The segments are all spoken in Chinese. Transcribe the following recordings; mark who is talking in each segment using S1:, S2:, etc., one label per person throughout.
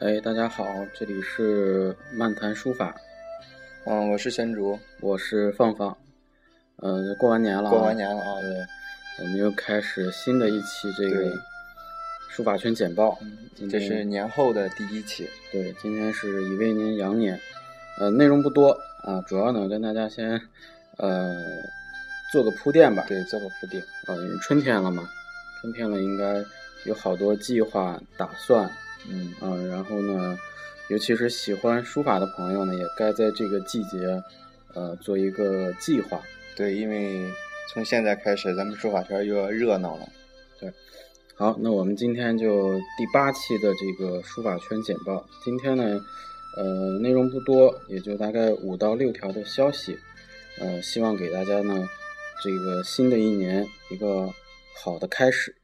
S1: 哎，大家好，这里是漫谈书法，
S2: 嗯，我是仙竹，
S1: 我是放放。嗯、过完年了，
S2: 过完，年了啊，对，
S1: 我们又开始新的一期这个
S2: 对嗯
S1: 书法圈简报。今
S2: 这
S1: 天
S2: 是年后的第一期，
S1: 对，今天是乙未年羊年，呃，内容不多啊，主要呢跟大家先呃做个铺垫吧。
S2: 对，做个铺垫，
S1: 啊，因为春天了嘛，春天了应该有好多计划打算
S2: 嗯，
S1: 啊，然后呢，尤其是喜欢书法的朋友呢，也该在这个季节，呃，做一个计划。
S2: 对，因为从现在开始，咱们书法圈又要热闹了，
S1: 好，那我们今天就第八期的这个书法圈简报。今天呢，呃，内容不多，也就大概五到六条的消息。呃，希望给大家呢，这个新的一年一个好的开始。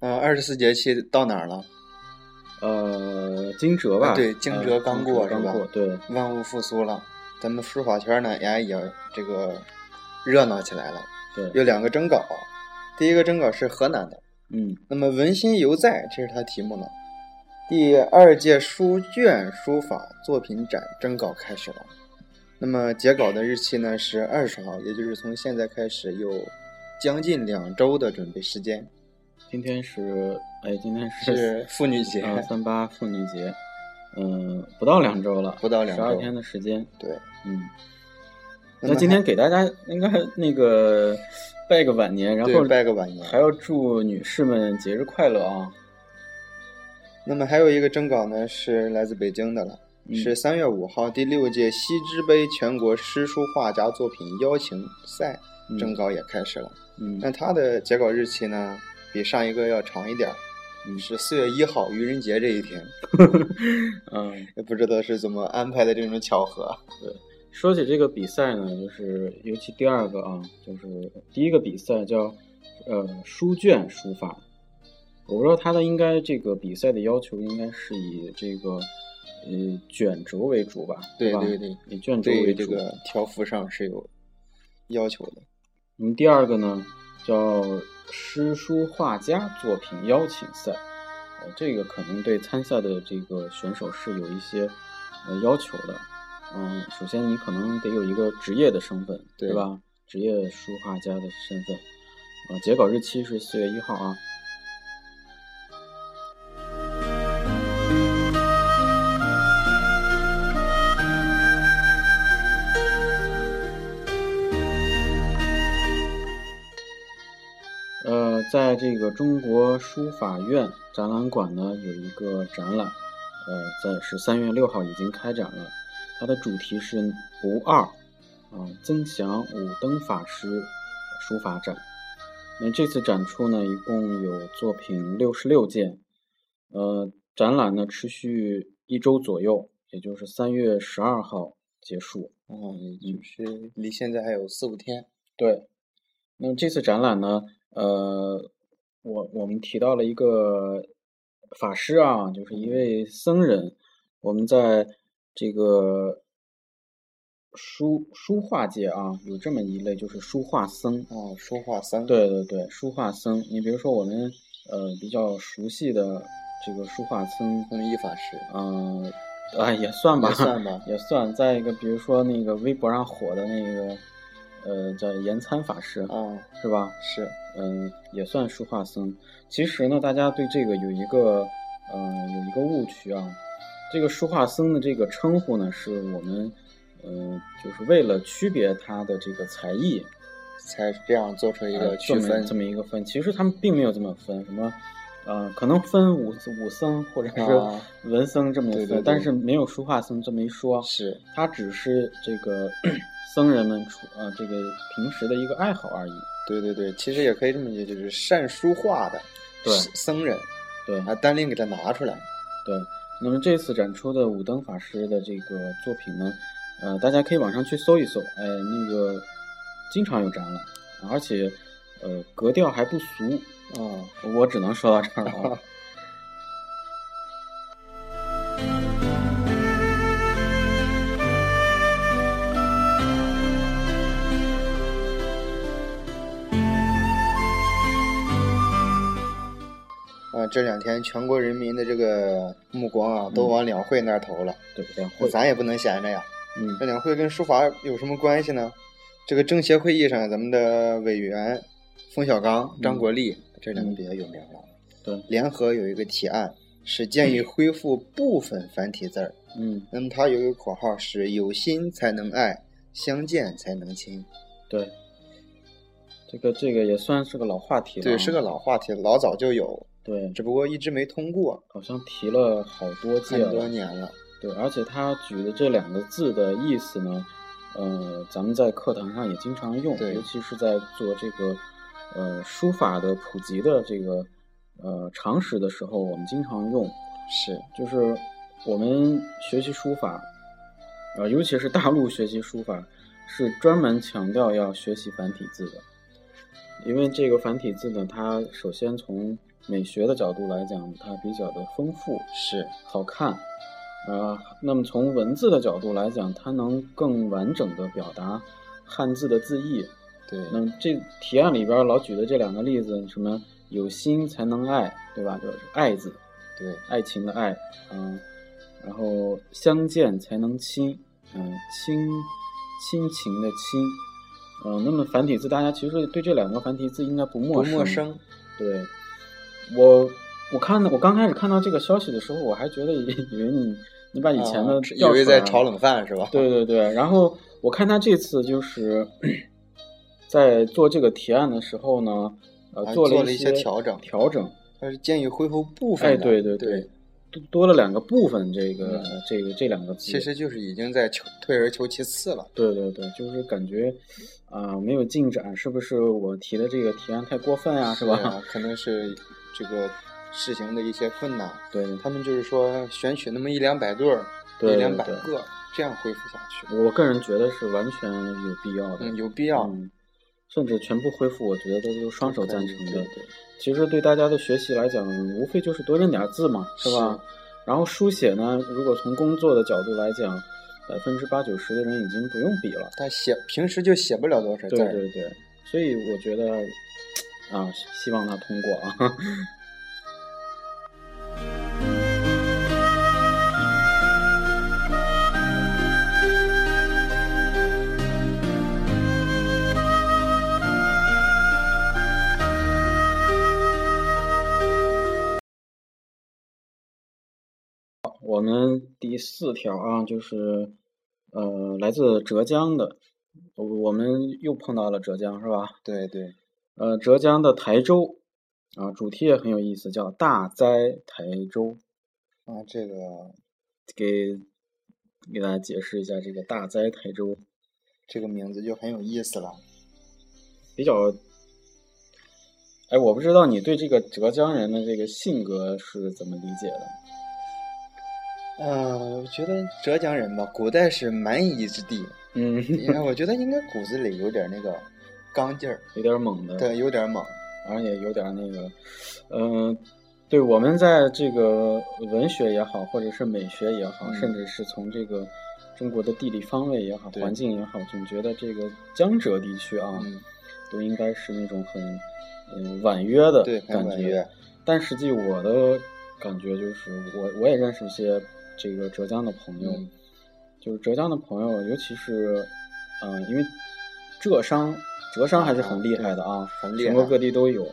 S2: 嗯，二十四节气到哪儿了？
S1: 呃，惊蛰吧，
S2: 啊对惊蛰
S1: 呃
S2: 刚过
S1: 刚
S2: 是吧
S1: 过，对，
S2: 万物复苏了，咱们书法圈呢，也也这个热闹起来了，
S1: 对，
S2: 有两个征稿，啊第一个征稿是河南的，
S1: 嗯，
S2: 那么文心犹在，这是它题目呢。第二届书卷书法作品展征稿开始了，那么截稿的日期呢是二十号，也就是从现在开始有将近两周的准备时间，
S1: 今天是，哎，今天是呃
S2: 是妇女节。
S1: 三八妇女节，嗯、不到两周了，
S2: 不到两周
S1: 十二天的时间，
S2: 对，
S1: 嗯。
S2: 那
S1: 那
S2: 么
S1: 今天给大家应该那个 拜个晚年，然后
S2: 对，拜个晚年。
S1: 还要祝女士们节日快乐啊！
S2: 那么还有一个征稿呢，是来自北京的了，
S1: 嗯
S2: 是三月五号第六届西之杯全国诗书画家作品邀请赛
S1: 嗯
S2: 征稿也开始了。
S1: 嗯
S2: 那它的截稿日期呢，比上一个要长一点儿，
S1: 嗯
S2: 是四月一号愚人节这一天，
S1: 嗯，
S2: 也不知道是怎么安排的这种巧合。
S1: 说起这个比赛呢，就是尤其第二个啊，就是第一个比赛叫呃书卷书法，我不知道它的应该这个比赛的要求应该是以这个呃卷轴为主吧？
S2: 对
S1: 吧？
S2: 对对，
S1: 以卷轴
S2: 对
S1: 为
S2: 于
S1: 主。
S2: 这个条幅上是有要求的。
S1: 那么第二个呢，叫诗书画家作品邀请赛，呃，这个可能对参赛的这个选手是有一些呃要求的。嗯，首先你可能得有一个职业的身份，对
S2: 对
S1: 吧？职业书画家的身份。呃，截稿日期是四月一号啊。呃，在这个中国书法院展览馆呢，有一个展览，呃，在是三月六号已经开展了，它的主题是“不二”，啊、增祥五灯法师书法展。那这次展出呢，一共有作品六十六件，呃，展览呢持续一周左右，也就是三月十二号结束。
S2: 嗯，也就是离现在还有四五天。
S1: 对，那这次展览呢，呃，我我们提到了一个法师啊，就是一位僧人，我们在这个书书画界啊，有这么一类就是书画僧。
S2: 啊，书画僧，，
S1: 对对对，书画僧。你比如说我们呃比较熟悉的这个书画僧，
S2: 弘一法师，
S1: 嗯、呃，哎也算吧，
S2: 也算吧，
S1: 也算。再一个，比如说那个微博上火的那个呃叫延参法师，
S2: 啊，
S1: 是吧？
S2: 是，
S1: 嗯，也算书画僧。其实呢，大家对这个有一个呃有一个误区啊，这个书画僧的这个称呼呢，是我们呃就是为了区别他的这个才艺
S2: 才这样做出一
S1: 呃
S2: 个区
S1: 这么
S2: 分
S1: 这，么一个分。其实他们并没有这么分，什么呃可能分武武僧或者
S2: 啊
S1: 是 文僧这么一
S2: 对
S1: 分，
S2: 对对
S1: 但是没有书画僧这么一说。
S2: 是，
S1: 他只是这个 僧人们出呃这个平时的一个爱好而已。
S2: 对对对，其实也可以这么理解，就是善书画的
S1: 对
S2: 僧人
S1: 对，
S2: 啊，单拎给他拿出来，
S1: 对，那么这次展出的武灯法师的这个作品呢，呃，大家可以网上去搜一搜，哎，那个经常有展览，而且呃格调还不俗，
S2: 啊，
S1: 我只能说到这儿了 啊。
S2: 啊，这两天全国人民的这个目光啊，都往两会那儿投了，
S1: 对，两
S2: 那
S1: 嗯会，
S2: 咱也不能闲着呀。
S1: 嗯
S2: 这两会跟书法有什么关系呢？这个政协会议上，咱们的委员冯小刚、张国立、这两个比较有名了，
S1: 嗯对
S2: 联合有一个提案，是建议恢复部分繁体字儿。
S1: 嗯，
S2: 那么它有一个口号是“有心才能爱，相见才能亲
S1: 对，这个这个也算是个老话”。题了啊，
S2: 对，是个老话题，老早就有，
S1: 对，
S2: 只不过一直没通过，
S1: 好像提了好多届
S2: 很多
S1: 了，
S2: 年了。
S1: 对，而且他举的这两个字的意思呢，呃，咱们在课堂上也经常用，
S2: 对
S1: 尤其是在做这个呃书法的普及的这个呃常识的时候，我们经常用，
S2: 是，
S1: 就是我们学习书法，呃，尤其是大陆学习书法，是专门强调要学习繁体字的，因为这个繁体字呢，它首先从美学的角度来讲，它比较的丰富，
S2: 是，
S1: 好看。呃，那么从文字的角度来讲，它能更完整的表达汉字的字意。
S2: 对，
S1: 那么这提案里边老举的这两个例子，什么有心才能爱，对吧？就是爱字，
S2: 对，
S1: 爱情的爱，嗯、然后相见才能亲，嗯、亲亲情的亲，嗯、那么繁体字大家其实对这两个繁体字应该不
S2: 不
S1: 陌生，
S2: 陌生，
S1: 对，我我看到我刚开始看到这个消息的时候，我还觉得以 以为你你把以前的
S2: 啊
S1: 调
S2: 以为
S1: 出
S2: 在
S1: 来
S2: 炒
S1: 了
S2: 冷饭是 吧？
S1: 对对对，然后我看他这次就是 在做这个提案的时候呢，呃，
S2: 啊
S1: 做
S2: 做
S1: 了
S2: 了一
S1: 一
S2: 些调整
S1: 调整，
S2: 它是建议恢复部分
S1: 哎，
S2: 的，
S1: 对对
S2: 对，
S1: 多多了两个部分，这个、
S2: 嗯
S1: 这个这两个字，
S2: 其实就是已经在求退而求其次了。
S1: 对对对，就是感觉啊、没有进展，是不是我提的这个提案太过分啊，是吧？
S2: 对啊可能是这个事情的一些困难，
S1: 对，
S2: 他们就是说选取那么一两百对儿，
S1: 对
S2: 一两百
S1: 对
S2: 个，这样恢复下去。
S1: 我个人觉得是完全有必要的，
S2: 嗯，有必要。
S1: 嗯，甚至全部恢复，我觉得都是双手赞成的。
S2: 对对
S1: 其实对大家的学习来讲，无非就是多认点字嘛，是吧？然后书写呢，如果从工作的角度来讲，百分之八九十的人已经不用笔了。
S2: 他写平时就写不了多少字
S1: 对
S2: 儿，
S1: 对对，所以我觉得啊，希望他通过啊。 我们第四条啊，就是呃，来自浙江的，我我们又碰到了浙江是吧？
S2: 对对
S1: 呃，浙江的台州啊，主题也很有意思，叫“大灾台州
S2: 啊，这个”，
S1: 给给大家解释一下这个“大灾台州
S2: 这个名字就很有意思了。”
S1: 比较。哎，我不知道你对这个浙江人的这个性格是怎么理解的？
S2: 呃，我觉得浙江人吧，古代是蛮夷之地，
S1: 嗯，
S2: 因为我觉得应该骨子里有点那个刚劲儿，
S1: 有点猛的，，
S2: 对，有点猛。
S1: 而且有点那个，嗯、对我们在这个文学也好，或者是美学也好，
S2: 嗯
S1: 甚至是从这个。中国的地理方位也好，
S2: 对
S1: 环境也好，总觉得这个江浙地区啊，
S2: 嗯，
S1: 都应该是那种很嗯婉约的
S2: 对，很
S1: 感
S2: 婉
S1: 觉。
S2: 约，
S1: 但实际我的感觉就是，我我也认识一些这个浙江的朋友，
S2: 嗯
S1: 就是浙江的朋友，尤其是嗯、因为浙商浙商还是很厉害的啊，
S2: 很厉害
S1: 全国各地都有，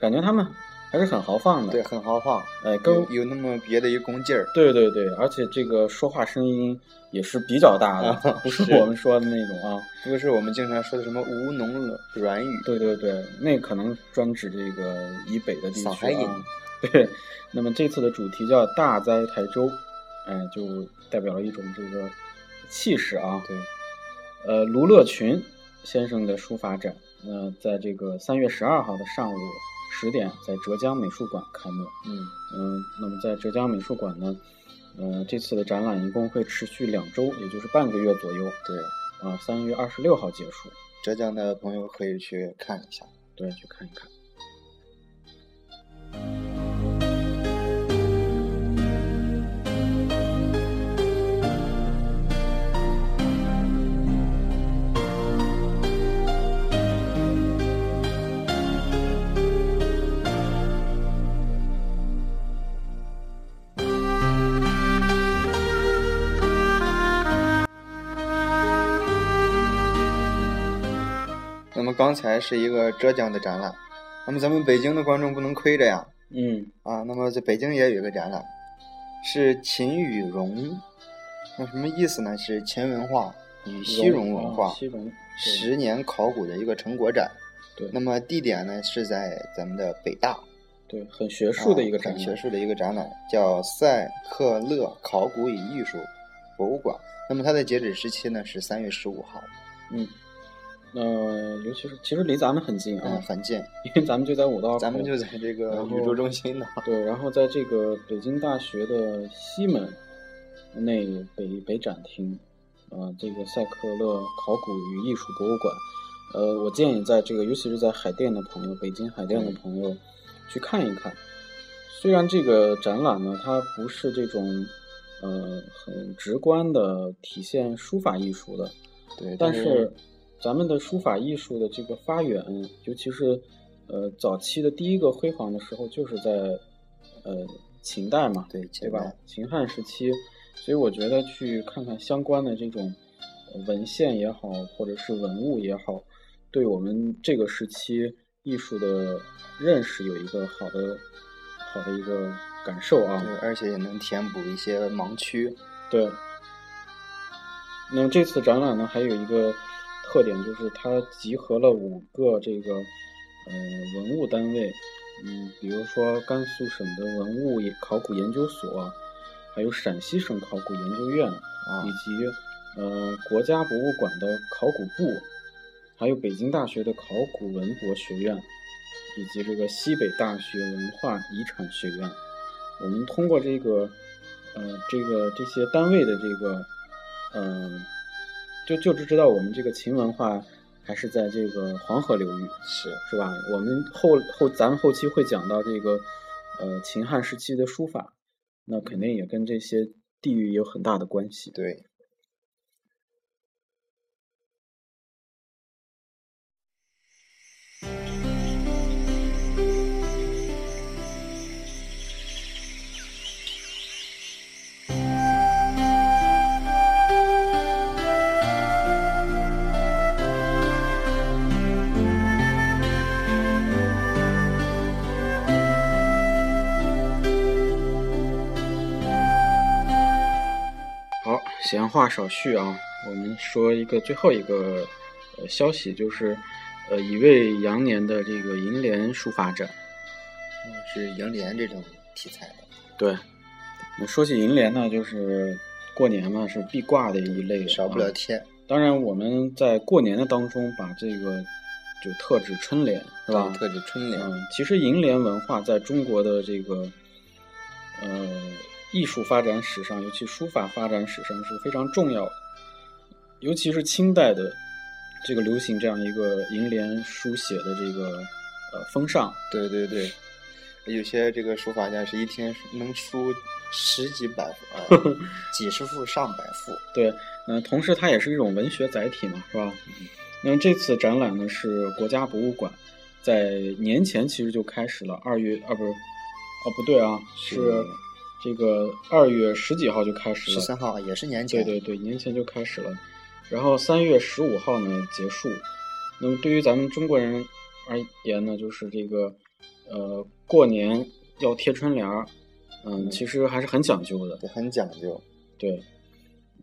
S1: 感觉他们还是很豪放的。
S2: 对，，很豪放，
S1: 哎，跟
S2: 有有那么别的一股劲儿，
S1: 对对对，而且这个说话声音也是比较大的，
S2: 啊
S1: 不是
S2: 是
S1: 我们说的那种啊。
S2: 这个是我们经常说的什么吴侬软语，
S1: 对对对，那可能专指这个以北的地
S2: 上
S1: 区
S2: 海
S1: 啊
S2: 人。
S1: 对，那么这次的主题叫“大灾台州”，哎，就代表了一种这个气势啊。
S2: 对，
S1: 呃，卢乐群先生的书法展，呃，在这个三月十二号的上午十点，在浙江美术馆开幕。
S2: 嗯，
S1: 嗯，那么在浙江美术馆呢，呃，这次的展览一共会持续两周，也就是半个月左右，
S2: 对，
S1: 啊，三月二十六号结束。
S2: 浙江的朋友可以去看一下。
S1: 对，去看一看。
S2: 那么刚才是一个浙江的展览，那么咱们北京的观众不能亏着呀
S1: 嗯，
S2: 啊！那么在北京也有一个展览，是秦与融，那什么意思呢？是秦文化与西
S1: 荣
S2: 戎文化
S1: 啊西戎
S2: 十年考古的一个成果展。
S1: 对
S2: 那么地点呢是在咱们的北大，
S1: 对，很学术的一个
S2: 啊
S1: 展
S2: 很
S1: 览。
S2: 学术的一个展览，叫塞克勒考古与艺术博物馆。那么它的截止时期呢是三月十五号，
S1: 嗯，呃，尤其是其实离咱们很近
S2: 嗯，
S1: 啊，
S2: 很近，
S1: 因为咱们就在五道口，
S2: 咱们就在这个
S1: 然后
S2: 宇宙中 心呢。
S1: 对，然后在这个北京大学的西门内北北展厅，呃，这个塞克勒考古与艺术博物馆，呃，我建议在这个，尤其是在海淀的朋友，北京海
S2: 嗯
S1: 淀的朋友去看一看。虽然这个展览呢，它不是这种呃很直观的体现书法艺术的，
S2: 对，
S1: 但
S2: 这个
S1: 是咱们的书法艺术的这个发源，尤其是呃早期的第一个辉煌的时候，就是在呃秦代嘛，
S2: 对，
S1: 对
S2: 前
S1: 吧
S2: 面？
S1: 秦汉时期，所以我觉得去看看相关的这种呃文献也好，或者是文物也好，对我们这个时期艺术的认识有一个好的好的一个感受啊。
S2: 对，而且也能填补一些盲区。
S1: 对。那么这次展览呢，还有一个特点就是它集合了五个这个呃文物单位，嗯，比如说甘肃省的文物也考古研究所，还有陕西省考古研究院，
S2: 啊
S1: 以及呃国家博物馆的考古部，还有北京大学的考古文博学院，以及这个西北大学文化遗产学院。我们通过这个呃这个这些单位的这个嗯、呃，就就只知道我们这个秦文化还是在这个黄河流域。
S2: 是，
S1: 是吧？我们后后咱们后期会讲到这个，呃，秦汉时期的书法，那肯定也跟这些地域有很大的关系。
S2: 对。
S1: 好，闲话少叙啊，我们说一个最后一个呃消息，就是呃一位羊年的这个楹联书法展。
S2: 嗯是楹联这种题材的，
S1: 对，那说起楹联呢，就是过年嘛是必挂的一类，
S2: 少不了贴，
S1: 当然，我们在过年的当中把这个就特指春联，是吧？
S2: 特指春联。
S1: 嗯，其实楹联文化在中国的这个呃艺术发展史上，尤其书法发展史上是非常重要的，尤其是清代的这个流行这样一个楹联书写的这个呃风尚，
S2: 对对对，有些这个书法家是一天能出十几百 幅、呃几十幅、上百幅。
S1: 对，嗯、同时它也是一种文学载体嘛，是吧？那么这次展览呢是国家博物馆在年前其实就开始了，二月啊不是，哦不对啊，
S2: 是
S1: 是这个二月十几号就开始
S2: 十
S1: 了，
S2: 三号也是年
S1: 对
S2: 前，
S1: 对对，年前就开始了，然后三月十五号呢结束。那么对于咱们中国人而言呢，就是这个呃过年要贴春联儿，嗯，其实还是很讲究的，
S2: 对很讲究。
S1: 对。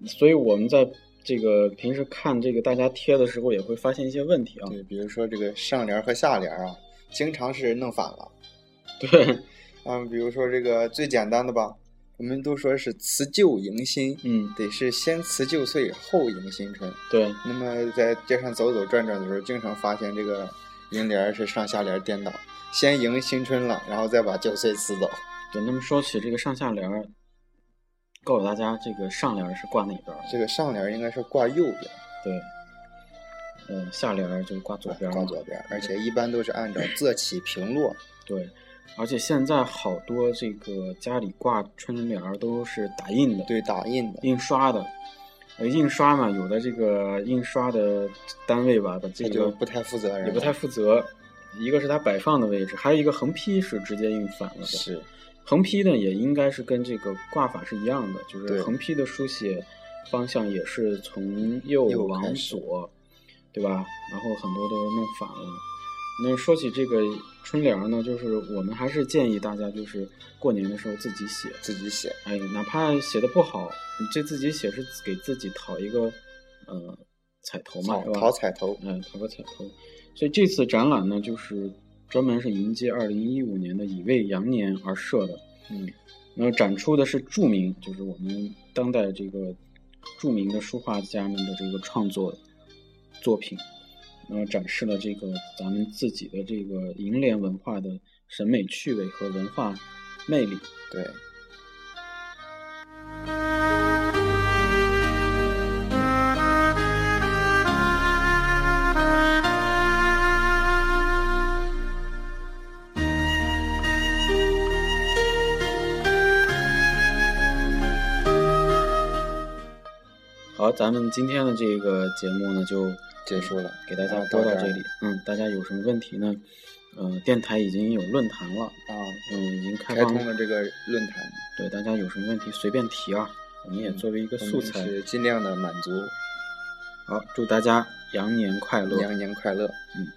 S1: 所以我们在这个平时看这个大家贴的时候，也会发现一些问题啊。
S2: 对，比如说这个上联儿和下联儿啊，经常是弄反了。
S1: 对，
S2: 嗯，比如说这个最简单的吧，我们都说是辞旧迎新，
S1: 嗯，
S2: 得是先辞旧岁，后迎新春。
S1: 对，
S2: 那么在街上走走转转的时候，经常发现这个楹联儿是上下联儿颠倒，先迎新春了，然后再把旧岁辞走。
S1: 对。那么说起这个上下联儿，告诉大家这个上联儿是挂哪边儿？
S2: 这个上联儿应该是挂右边，
S1: 对，呃，下联儿就挂左边儿嘛。
S2: 啊挂左边儿，而且一般都是按照仄起平落。
S1: 对，而且现在好多这个家里挂春联儿都是打印的，
S2: 对，打印的，
S1: 印刷的。呃，印刷嘛，有的这个印刷的单位吧，把这
S2: 这
S1: 个
S2: 就不太负责任了，
S1: 也不太负责。一个是它摆放的位置，还有一个横批是直接印反了的。
S2: 是
S1: 横批呢，也应该是跟这个挂法是一样的，就
S2: 对
S1: 是横批的书写方向也是从右
S2: 右
S1: 往
S2: 开始
S1: 左，对吧？然后很多都弄反了。那说起这个春联儿呢，就是我们还是建议大家就是过年的时候自己写，
S2: 自己写。
S1: 哎，哪怕写的不好，你这自己写是给自己讨一个呃彩头嘛，是吧？
S2: 讨彩头，
S1: 哎，讨个彩头。所以这次展览呢，就是专门是迎接二零一五年的乙未羊年而设的。
S2: 嗯，
S1: 那展出的是著名，就是我们当代这个著名的书画家们的这个创作作品，然后展示了这个咱们自己的这个楹联文化的审美趣味和文化魅力。
S2: 对。
S1: 啊好，咱们今天的这个节目呢就
S2: 结束了
S1: 给大家
S2: 啊
S1: 播
S2: 到
S1: 到
S2: 这儿
S1: 这里。嗯，大家有什么问题呢？呃，电台已经有论坛了，
S2: 啊，
S1: 嗯，已经开
S2: 开
S1: 放
S2: 通了这个论坛，
S1: 对，大家有什么问题随便提啊，我们也作为一个
S2: 嗯我
S1: 素
S2: 们
S1: 材。
S2: 是尽量的满足
S1: 好，祝大家羊年快乐。
S2: 羊年快乐。
S1: 嗯，